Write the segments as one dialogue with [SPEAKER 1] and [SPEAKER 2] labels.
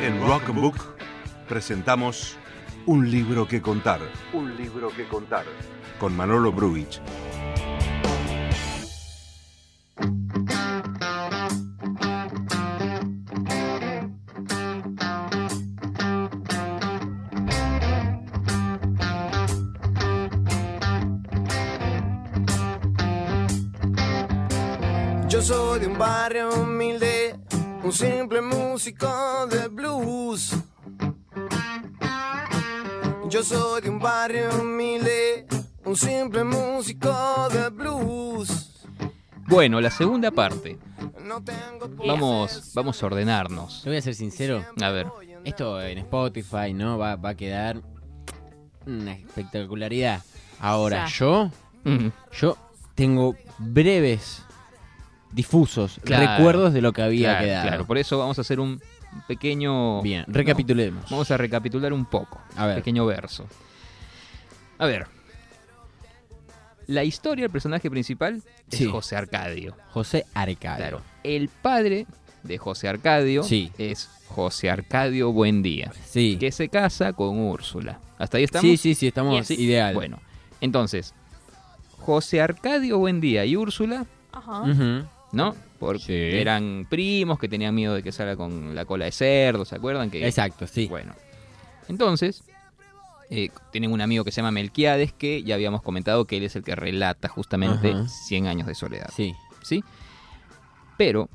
[SPEAKER 1] En Rock and Book presentamos Un libro que contar. Un libro que contar. Con Manolo Bruich.
[SPEAKER 2] Yo soy de un barrio humilde, un simple músico de blues. Yo soy de un barrio humilde, un simple músico de blues.
[SPEAKER 3] Bueno, la segunda parte.
[SPEAKER 2] No tengo
[SPEAKER 3] Vamos, vamos a ordenarnos.
[SPEAKER 4] Yo voy a ser sincero.
[SPEAKER 3] A ver.
[SPEAKER 4] Esto en Spotify, ¿no? Va, va a quedar una espectacularidad. Ahora,
[SPEAKER 5] Ya.
[SPEAKER 4] yo,
[SPEAKER 3] Mm.
[SPEAKER 4] yo tengo breves, difusos
[SPEAKER 3] Claro.
[SPEAKER 4] recuerdos de lo que había
[SPEAKER 3] Claro,
[SPEAKER 4] quedado.
[SPEAKER 3] claro, pues, por eso vamos a hacer un pequeño...
[SPEAKER 4] Bien, recapitulemos.
[SPEAKER 3] Vamos a recapitular un poco.
[SPEAKER 4] A ver.
[SPEAKER 3] Pequeño verso. A ver. La historia del personaje principal es
[SPEAKER 4] Sí.
[SPEAKER 3] José Arcadio.
[SPEAKER 4] José Arcadio.
[SPEAKER 3] Claro. El padre de José Arcadio
[SPEAKER 4] Sí.
[SPEAKER 3] es José Arcadio Buendía,
[SPEAKER 4] Sí.
[SPEAKER 3] que se casa con Úrsula. ¿Hasta ahí estamos?
[SPEAKER 4] Sí, sí, sí, estamos
[SPEAKER 5] Yes.
[SPEAKER 4] ideal.
[SPEAKER 3] Bueno, entonces, José Arcadio Buendía y Úrsula,
[SPEAKER 5] Ajá.
[SPEAKER 4] Ujú.
[SPEAKER 3] ¿no? Porque
[SPEAKER 4] Sí.
[SPEAKER 3] eran primos que tenían miedo de que salga con la cola de cerdo, ¿se acuerdan? Que,
[SPEAKER 4] Exacto, sí.
[SPEAKER 3] Bueno, entonces, eh, tienen un amigo que se llama Melquiades, que ya habíamos comentado que él es el que relata justamente
[SPEAKER 4] Ajá.
[SPEAKER 3] 100 años de soledad.
[SPEAKER 4] Sí.
[SPEAKER 3] ¿sí? Pero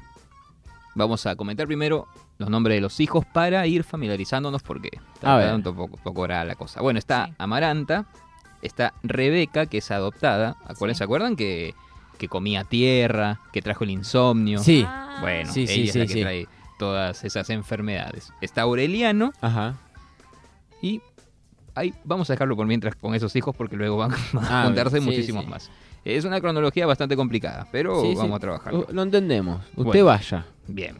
[SPEAKER 3] vamos a comentar primero los nombres de los hijos para ir familiarizándonos porque
[SPEAKER 4] A
[SPEAKER 3] está
[SPEAKER 4] ver.
[SPEAKER 3] un poco, poco rara la cosa. Bueno, está
[SPEAKER 5] Sí.
[SPEAKER 3] Amaranta, está Rebeca, que es adoptada. ¿Acuerdan,
[SPEAKER 5] Sí.
[SPEAKER 3] ¿Se acuerdan que, que comía tierra, que trajo el insomnio?
[SPEAKER 4] Sí.
[SPEAKER 5] Ah.
[SPEAKER 3] Bueno,
[SPEAKER 4] Sí,
[SPEAKER 3] ella
[SPEAKER 4] sí,
[SPEAKER 3] es la
[SPEAKER 4] sí,
[SPEAKER 3] que
[SPEAKER 4] sí.
[SPEAKER 3] trae todas esas enfermedades. Está Aureliano
[SPEAKER 4] Ajá.
[SPEAKER 3] y... ahí vamos a dejarlo por mientras con esos hijos porque luego van a
[SPEAKER 4] Ah,
[SPEAKER 3] contarse
[SPEAKER 4] sí,
[SPEAKER 3] muchísimos
[SPEAKER 4] sí.
[SPEAKER 3] más. Es una cronología bastante complicada, pero
[SPEAKER 4] Sí, sí.
[SPEAKER 3] vamos a trabajar.
[SPEAKER 4] Uh, Lo- Lo entendemos. Usted
[SPEAKER 3] Bueno.
[SPEAKER 4] vaya.
[SPEAKER 3] Bien.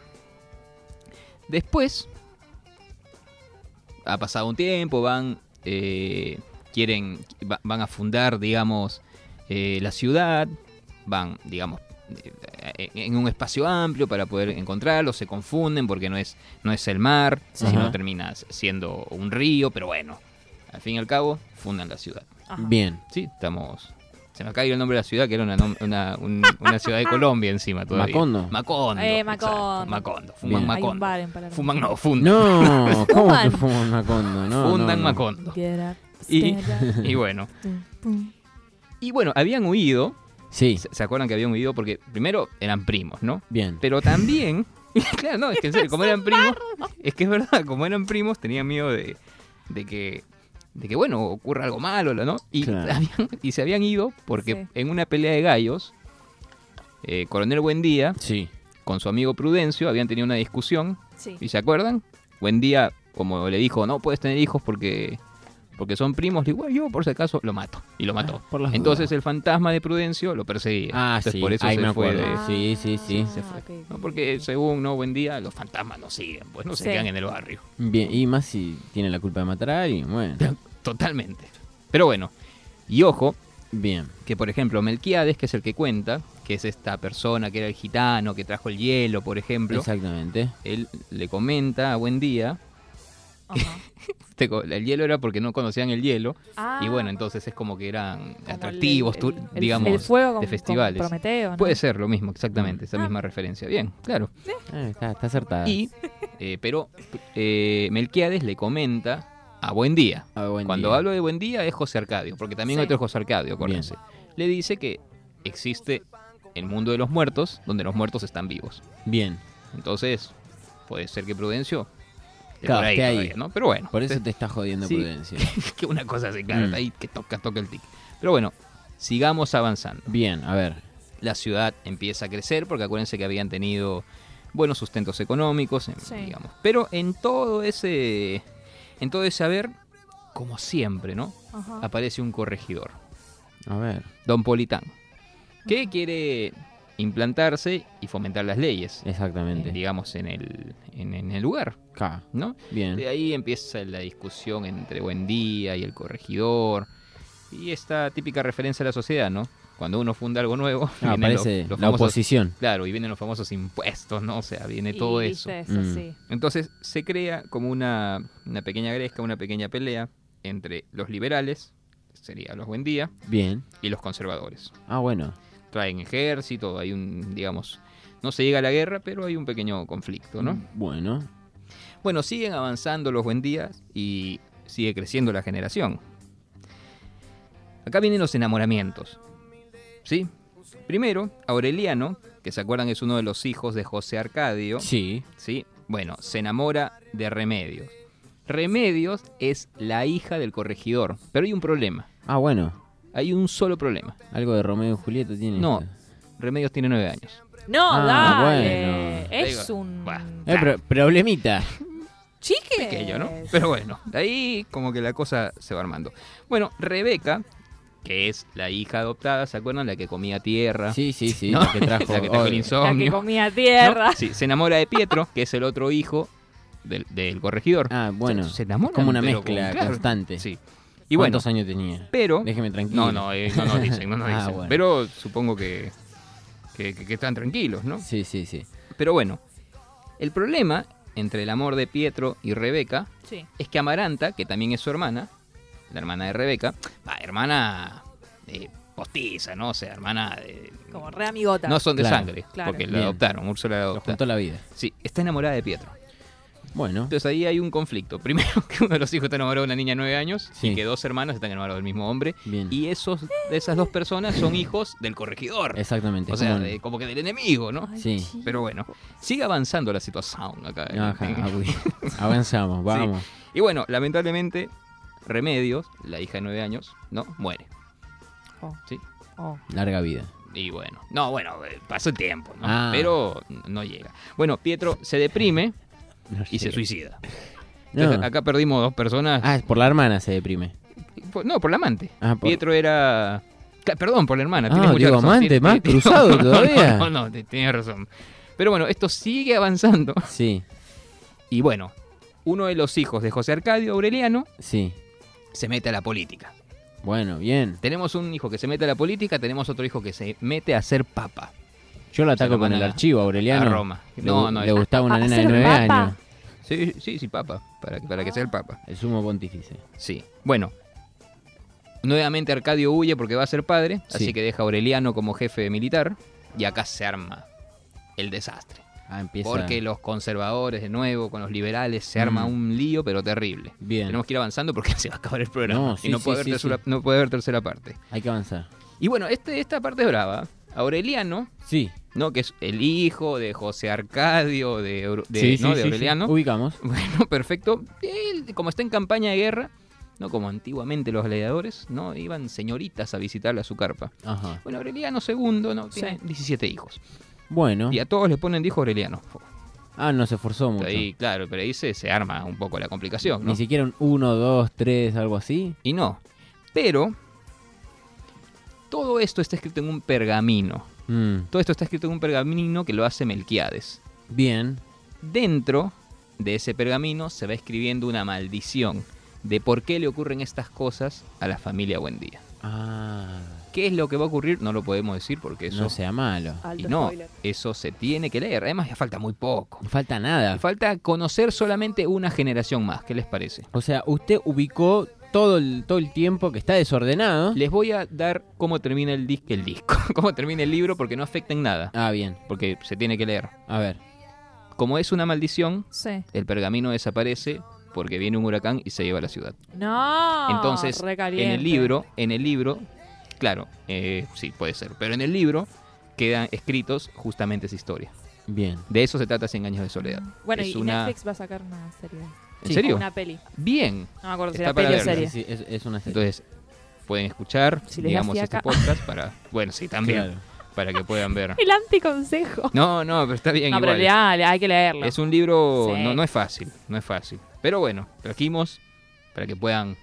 [SPEAKER 3] Después, ha pasado un tiempo, van, eh, quieren, va- van a fundar, digamos, eh, la ciudad, van, digamos, eh, en un espacio amplio para poder encontrarlo, se confunden porque no es, no es el mar,
[SPEAKER 4] Sí.
[SPEAKER 3] sino
[SPEAKER 4] Ajá.
[SPEAKER 3] termina siendo un río, pero bueno, al fin y al cabo, fundan la ciudad.
[SPEAKER 5] Ajá.
[SPEAKER 4] Bien.
[SPEAKER 3] Sí, estamos... Se me cayó el nombre de la ciudad, que era una, nom- una- un- una ciudad de Colombia encima todavía.
[SPEAKER 4] Macondo.
[SPEAKER 3] Macondo.
[SPEAKER 5] Eh,
[SPEAKER 3] exacto,
[SPEAKER 5] Macondo.
[SPEAKER 3] Macondo. Fuman
[SPEAKER 4] Bien.
[SPEAKER 5] Hay un
[SPEAKER 3] Macondo.
[SPEAKER 5] bar en Palermo.
[SPEAKER 3] Fuman, no, fundan.
[SPEAKER 4] No, ¿cómo que
[SPEAKER 5] Fuman.
[SPEAKER 4] fuman Macondo? No,
[SPEAKER 3] fundan
[SPEAKER 4] no, no.
[SPEAKER 3] Macondo.
[SPEAKER 5] Get up,
[SPEAKER 3] Y-
[SPEAKER 5] stand up,
[SPEAKER 3] Y bueno.
[SPEAKER 5] tum, tum.
[SPEAKER 3] Y bueno, habían huido.
[SPEAKER 4] Sí,
[SPEAKER 3] ¿Se se acuerdan que habían huido? Porque primero eran primos, ¿no?
[SPEAKER 4] bien.
[SPEAKER 3] Pero también. claro, no, es que en serio, como eran primos. Es que es verdad, como eran primos, tenían miedo de, de que. De que, bueno, ocurra algo malo, ¿no? Y,
[SPEAKER 4] Claro.
[SPEAKER 3] habían- y se habían ido porque
[SPEAKER 5] Sí.
[SPEAKER 3] en una pelea de gallos, eh, Coronel Buendía
[SPEAKER 4] Sí.
[SPEAKER 3] con su amigo Prudencio habían tenido una discusión
[SPEAKER 5] Sí.
[SPEAKER 3] ¿Y se acuerdan? Buen día, como le dijo, no puedes tener hijos porque porque son primos, le digo, "Bueno, yo por si acaso lo mato. Y lo mató.
[SPEAKER 4] Ah, por las
[SPEAKER 3] Entonces
[SPEAKER 4] dudas.
[SPEAKER 3] el fantasma de Prudencio lo perseguía.
[SPEAKER 4] Ah,
[SPEAKER 3] Entonces,
[SPEAKER 4] sí,
[SPEAKER 3] por eso
[SPEAKER 4] ahí
[SPEAKER 3] se
[SPEAKER 4] me
[SPEAKER 3] fue
[SPEAKER 4] acuerdo.
[SPEAKER 3] de-
[SPEAKER 4] Ah, sí, sí, sí.
[SPEAKER 3] se fue.
[SPEAKER 5] ok, ok,
[SPEAKER 3] No, porque
[SPEAKER 5] ok.
[SPEAKER 3] según no, buen día, los fantasmas no siguen, pues no se
[SPEAKER 5] Sí.
[SPEAKER 3] quedan en el barrio.
[SPEAKER 4] Bien, y más si tiene la culpa de matar a alguien, bueno.
[SPEAKER 3] Totalmente. Pero bueno, y ojo,
[SPEAKER 4] Bien.
[SPEAKER 3] que por ejemplo Melquiades, que es el que cuenta, que es esta persona que era el gitano, que trajo el hielo, por ejemplo,
[SPEAKER 4] Exactamente.
[SPEAKER 3] él le comenta a Buen Día,
[SPEAKER 5] Ajá.
[SPEAKER 3] este co- el hielo era porque no conocían el hielo, Y bueno,
[SPEAKER 5] Ah,
[SPEAKER 3] entonces es como que eran
[SPEAKER 5] como el-
[SPEAKER 3] atractivos,
[SPEAKER 5] el-
[SPEAKER 3] tu-
[SPEAKER 5] el-
[SPEAKER 3] digamos,
[SPEAKER 5] el fuego con-
[SPEAKER 3] de
[SPEAKER 5] con
[SPEAKER 3] festivales. Pues,
[SPEAKER 5] Prometeo, ¿no?
[SPEAKER 3] Puede ser lo mismo, exactamente, esa
[SPEAKER 5] Ah.
[SPEAKER 3] misma referencia. Bien, claro.
[SPEAKER 4] Ah, está, está acertada.
[SPEAKER 3] Y, eh, pero eh, Melquiades le comenta a Buen Día.
[SPEAKER 4] Ah, buen
[SPEAKER 3] Cuando
[SPEAKER 4] día.
[SPEAKER 3] hablo de Buen Día es José Arcadio, porque también
[SPEAKER 5] Sí.
[SPEAKER 3] otro es José Arcadio, acuérdense. Le dice que existe el mundo de los muertos, donde los muertos están vivos.
[SPEAKER 4] Bien.
[SPEAKER 3] Entonces, puede ser que Prudencio... esté
[SPEAKER 4] Claro,
[SPEAKER 3] por ahí
[SPEAKER 4] esté ahí.
[SPEAKER 3] todavía, ¿no? Pero bueno.
[SPEAKER 4] Por eso te está jodiendo
[SPEAKER 3] Sí.
[SPEAKER 4] Prudencia.
[SPEAKER 3] que una cosa así, claro,
[SPEAKER 4] Mm.
[SPEAKER 3] ahí que toca, toca el tic. Pero bueno, sigamos avanzando.
[SPEAKER 4] Bien, a ver.
[SPEAKER 3] La ciudad empieza a crecer porque acuérdense que habían tenido buenos sustentos económicos, en-
[SPEAKER 5] Sí.
[SPEAKER 3] digamos. Pero en todo ese en todo ese haber, como siempre, ¿no?
[SPEAKER 4] Ah.
[SPEAKER 5] Ajá.
[SPEAKER 3] Aparece un corregidor,
[SPEAKER 4] A ver.
[SPEAKER 3] Don Politán, que quiere implantarse y fomentar las leyes, eh,
[SPEAKER 4] Exactamente.
[SPEAKER 3] digamos, en el, en- en el lugar,
[SPEAKER 4] K.
[SPEAKER 3] ¿no? De
[SPEAKER 4] Bien.
[SPEAKER 3] ahí empieza la discusión entre Buendía y el corregidor. Y esta típica referencia a la sociedad, ¿no? cuando uno funda algo nuevo,
[SPEAKER 4] Ah,
[SPEAKER 3] vienen los-
[SPEAKER 4] parece
[SPEAKER 3] los
[SPEAKER 4] la
[SPEAKER 3] famosos-
[SPEAKER 4] oposición.
[SPEAKER 3] claro, y vienen los famosos impuestos, ¿no? O sea, viene
[SPEAKER 6] Y
[SPEAKER 3] todo eso.
[SPEAKER 6] viste eso,
[SPEAKER 4] Mm.
[SPEAKER 6] sí.
[SPEAKER 3] Entonces se crea como una, una pequeña gresca, una pequeña pelea entre los liberales, que sería los Buendía,
[SPEAKER 4] Bien.
[SPEAKER 3] y los conservadores.
[SPEAKER 4] Ah, bueno.
[SPEAKER 3] Traen ejército, hay un, digamos, no se llega a la guerra, pero hay un pequeño conflicto,
[SPEAKER 4] Mm.
[SPEAKER 3] ¿no?
[SPEAKER 4] Bueno.
[SPEAKER 3] Bueno, siguen avanzando los Buendías y sigue creciendo la generación. Acá vienen los enamoramientos. ¿Sí? Primero, Aureliano, que se acuerdan es uno de los hijos de José Arcadio.
[SPEAKER 4] Sí.
[SPEAKER 3] ¿sí? Bueno, se enamora de Remedios. Remedios es la hija del corregidor, pero hay un problema.
[SPEAKER 4] Ah, bueno.
[SPEAKER 3] Hay un solo problema.
[SPEAKER 4] Algo de Romeo y Julieta tiene.
[SPEAKER 3] No.
[SPEAKER 4] esto.
[SPEAKER 3] Remedios tiene nueve años.
[SPEAKER 6] No,
[SPEAKER 4] Ah,
[SPEAKER 6] dale.
[SPEAKER 4] bueno.
[SPEAKER 6] Es
[SPEAKER 3] Digo,
[SPEAKER 6] un.
[SPEAKER 3] bah.
[SPEAKER 4] Eh, pro- problemita.
[SPEAKER 6] Chique.
[SPEAKER 3] Pequeño, ¿no?
[SPEAKER 6] Pues.
[SPEAKER 3] Pero bueno, de ahí como que la cosa se va armando. Bueno, Rebeca, que es la hija adoptada, ¿se acuerdan? La que comía tierra.
[SPEAKER 4] Sí, sí, sí.
[SPEAKER 3] Ah. No,
[SPEAKER 4] la que trajo.
[SPEAKER 3] la que trajo el
[SPEAKER 4] hoy.
[SPEAKER 6] La que
[SPEAKER 3] insomnio.
[SPEAKER 6] comía
[SPEAKER 3] ¿no?
[SPEAKER 6] tierra.
[SPEAKER 3] Sí, se enamora de Pietro, que es el otro hijo del, del corregidor.
[SPEAKER 4] Ah, bueno.
[SPEAKER 3] Se enamoran,
[SPEAKER 4] Como una
[SPEAKER 3] pero
[SPEAKER 4] mezcla
[SPEAKER 3] con- claro.
[SPEAKER 4] constante.
[SPEAKER 3] Sí.
[SPEAKER 4] ¿Y
[SPEAKER 3] Y bueno,
[SPEAKER 4] ¿Cuántos años tenía?
[SPEAKER 3] pero...
[SPEAKER 4] Déjeme tranquilo.
[SPEAKER 3] No, no, eh, no nos dicen, no nos
[SPEAKER 4] Ah,
[SPEAKER 3] dicen.
[SPEAKER 4] bueno.
[SPEAKER 3] Pero supongo que, que, que- que están tranquilos, ¿no?
[SPEAKER 4] Sí, sí, sí.
[SPEAKER 3] Pero bueno, el problema entre el amor de Pietro y Rebeca
[SPEAKER 6] Sí.
[SPEAKER 3] es que Amaranta, que también es su hermana, la hermana de Rebeca, va, hermana eh, postiza, ¿no? O sea, hermana de...
[SPEAKER 6] Como re amigota.
[SPEAKER 3] No son de
[SPEAKER 4] Claro,
[SPEAKER 3] sangre,
[SPEAKER 6] claro.
[SPEAKER 3] porque la
[SPEAKER 4] Bien.
[SPEAKER 3] adoptaron, Úrsula la
[SPEAKER 4] Lo
[SPEAKER 3] adopta.
[SPEAKER 4] juntó la vida.
[SPEAKER 3] Sí, está enamorada de Pietro.
[SPEAKER 4] Bueno.
[SPEAKER 3] Entonces ahí hay un conflicto. Primero que uno de los hijos está enamorado de una niña de nueve años
[SPEAKER 4] Sí.
[SPEAKER 3] y que dos hermanas están enamorados del mismo hombre.
[SPEAKER 4] Bien.
[SPEAKER 3] Y esos, esas dos personas son hijos del corregidor.
[SPEAKER 4] Exactamente.
[SPEAKER 3] O sea,
[SPEAKER 4] como-
[SPEAKER 3] de- como que del enemigo, ¿no?
[SPEAKER 5] Ay,
[SPEAKER 4] Sí.
[SPEAKER 5] chico.
[SPEAKER 3] Pero bueno, sigue avanzando la situación acá. en-
[SPEAKER 4] Ajá,
[SPEAKER 3] en-
[SPEAKER 4] abu- avanzamos, vamos.
[SPEAKER 3] Y bueno, lamentablemente, Remedios, la hija de nueve años, ¿no? Muere.
[SPEAKER 6] Oh.
[SPEAKER 3] Sí.
[SPEAKER 6] Oh.
[SPEAKER 4] Larga vida.
[SPEAKER 3] Y bueno, no, bueno, eh, pasó el tiempo, ¿no?
[SPEAKER 4] Ah.
[SPEAKER 3] Pero no llega. Bueno, Pietro se deprime
[SPEAKER 4] No
[SPEAKER 3] y se
[SPEAKER 4] llega.
[SPEAKER 3] suicida.
[SPEAKER 4] No.
[SPEAKER 3] Entonces, acá perdimos dos personas.
[SPEAKER 4] Ah, es por la hermana se deprime.
[SPEAKER 3] Por- No, por la amante.
[SPEAKER 4] Ah, por-
[SPEAKER 3] Pietro era. Ca- Perdón, por la hermana.
[SPEAKER 4] Ah,
[SPEAKER 3] tienes mucha
[SPEAKER 4] digo,
[SPEAKER 3] razón.
[SPEAKER 4] amante,
[SPEAKER 3] Tienes-
[SPEAKER 4] más
[SPEAKER 3] tienes-
[SPEAKER 4] cruzado
[SPEAKER 3] no, no,
[SPEAKER 4] todavía.
[SPEAKER 3] No, no, te- tienes razón. Pero bueno, esto sigue avanzando.
[SPEAKER 4] Sí,
[SPEAKER 3] Y bueno, uno de los hijos de José Arcadio Aureliano
[SPEAKER 4] sí.
[SPEAKER 3] se mete a la política.
[SPEAKER 4] Bueno, bien.
[SPEAKER 3] Tenemos un hijo que se mete a la política, tenemos otro hijo que se mete a ser papa
[SPEAKER 4] Yo lo
[SPEAKER 3] Se
[SPEAKER 4] ataco
[SPEAKER 3] lo
[SPEAKER 4] con
[SPEAKER 3] mandan
[SPEAKER 4] el
[SPEAKER 3] a-
[SPEAKER 4] archivo, Aureliano.
[SPEAKER 3] a Roma.
[SPEAKER 4] Le,
[SPEAKER 3] No,
[SPEAKER 4] gu-
[SPEAKER 3] no,
[SPEAKER 4] le
[SPEAKER 3] es-
[SPEAKER 4] gustaba una
[SPEAKER 5] Ah,
[SPEAKER 6] ¿A- a
[SPEAKER 4] nena de
[SPEAKER 6] ser
[SPEAKER 4] nueve
[SPEAKER 6] papa?
[SPEAKER 4] años.
[SPEAKER 3] Sí, sí, sí, papa, para, para que sea el papa.
[SPEAKER 4] El sumo pontífice.
[SPEAKER 3] Sí. Bueno, nuevamente Arcadio huye porque va a ser padre,
[SPEAKER 4] Sí.
[SPEAKER 3] así que deja a Aureliano como jefe militar y acá se arma el desastre.
[SPEAKER 4] Ah, empieza.
[SPEAKER 3] Porque los conservadores, de nuevo, con los liberales, se arma
[SPEAKER 4] Mm.
[SPEAKER 3] un lío, pero terrible.
[SPEAKER 4] Bien.
[SPEAKER 3] Tenemos que ir avanzando porque se va a acabar el programa.
[SPEAKER 4] No,
[SPEAKER 3] y
[SPEAKER 4] sí,
[SPEAKER 3] no,
[SPEAKER 4] sí,
[SPEAKER 3] puede haber
[SPEAKER 4] sí,
[SPEAKER 3] tercera,
[SPEAKER 4] sí.
[SPEAKER 3] no puede haber tercera parte.
[SPEAKER 4] Hay que avanzar.
[SPEAKER 3] Y bueno, este, esta parte es brava. Aureliano,
[SPEAKER 4] Sí.
[SPEAKER 3] ¿no? que es el hijo de José Arcadio, de, Aur- de-
[SPEAKER 4] sí,
[SPEAKER 3] ¿no? de
[SPEAKER 4] sí, sí, sí.
[SPEAKER 3] Aureliano.
[SPEAKER 4] Ubicamos.
[SPEAKER 3] Bueno, perfecto. Él, como está en campaña de guerra, ¿no? como antiguamente los gladiadores, ¿no? iban señoritas a visitarle a su carpa.
[SPEAKER 4] Ajá.
[SPEAKER 3] Bueno, Aureliano II ¿no? tiene
[SPEAKER 6] Sí.
[SPEAKER 3] 17 hijos.
[SPEAKER 4] Bueno.
[SPEAKER 3] Y a todos le ponen de hijo Aureliano.
[SPEAKER 4] Ah, no se esforzó Ah. mucho.
[SPEAKER 3] Ahí, claro, pero ahí se, se arma un poco la complicación, ¿no?
[SPEAKER 4] Ni siquiera un 1, 2, 3, algo así.
[SPEAKER 3] Y no. Pero todo esto está escrito en un pergamino.
[SPEAKER 4] Mm,
[SPEAKER 3] Todo esto está escrito en un pergamino que lo hace Melquiades.
[SPEAKER 4] Bien.
[SPEAKER 3] Dentro de ese pergamino se va escribiendo una maldición de por qué le ocurren estas cosas a la familia Buendía.
[SPEAKER 4] Ah.
[SPEAKER 3] ¿Qué es lo que va a ocurrir? No lo podemos decir porque eso...
[SPEAKER 4] No sea malo.
[SPEAKER 6] Alto
[SPEAKER 3] y no,
[SPEAKER 6] spoiler.
[SPEAKER 3] eso se tiene que leer. Además ya falta muy poco.
[SPEAKER 4] Falta nada.
[SPEAKER 3] Falta conocer solamente una generación más. ¿Qué les parece?
[SPEAKER 4] O sea, usted ubicó todo el, todo el tiempo que está desordenado.
[SPEAKER 3] Les voy a dar cómo termina el, dis- el disco, cómo termina el libro, porque no afecta en nada,
[SPEAKER 4] Ah, bien.
[SPEAKER 3] porque se tiene que leer.
[SPEAKER 4] A ver.
[SPEAKER 3] Como es una maldición,
[SPEAKER 6] Sí.
[SPEAKER 3] el pergamino desaparece porque viene un huracán y se lleva a la ciudad.
[SPEAKER 6] No.
[SPEAKER 3] Entonces,
[SPEAKER 6] re
[SPEAKER 3] en
[SPEAKER 6] caliente.
[SPEAKER 3] el libro, en el libro, claro, eh, sí, puede ser, pero en el libro quedan escritos justamente esa historia.
[SPEAKER 4] Bien.
[SPEAKER 3] De eso se trata Cien años de soledad.
[SPEAKER 6] Bueno,
[SPEAKER 3] Es
[SPEAKER 6] y
[SPEAKER 3] una-
[SPEAKER 6] Netflix va a sacar una serie.
[SPEAKER 3] ¿En
[SPEAKER 6] Sí,
[SPEAKER 3] serio?
[SPEAKER 6] Una peli.
[SPEAKER 3] Bien.
[SPEAKER 6] No me acuerdo si
[SPEAKER 3] Está
[SPEAKER 6] era
[SPEAKER 3] para
[SPEAKER 6] peli o
[SPEAKER 3] verla,
[SPEAKER 6] serie.
[SPEAKER 4] Sí, sí, es, es una serie.
[SPEAKER 3] Entonces, pueden escuchar,
[SPEAKER 6] Si les da
[SPEAKER 3] digamos, este
[SPEAKER 6] fiaca.
[SPEAKER 3] podcast para, bueno, sí, también,
[SPEAKER 4] Claro.
[SPEAKER 3] para que puedan ver.
[SPEAKER 6] El anticonsejo.
[SPEAKER 3] No, no, pero está bien
[SPEAKER 6] No, pero
[SPEAKER 3] igual.
[SPEAKER 6] leal, hay que leerlo.
[SPEAKER 3] Es un libro,
[SPEAKER 6] Sí.
[SPEAKER 3] no, no es fácil, no es fácil. Pero bueno, trajimos para que puedan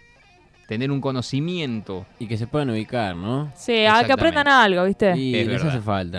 [SPEAKER 3] tener un conocimiento
[SPEAKER 4] Y que se puedan ubicar, ¿no?
[SPEAKER 6] Sí, a que aprendan
[SPEAKER 3] Exactamente.
[SPEAKER 6] algo, ¿viste?
[SPEAKER 4] Y
[SPEAKER 3] Es
[SPEAKER 4] les
[SPEAKER 3] verdad.
[SPEAKER 4] hace falta.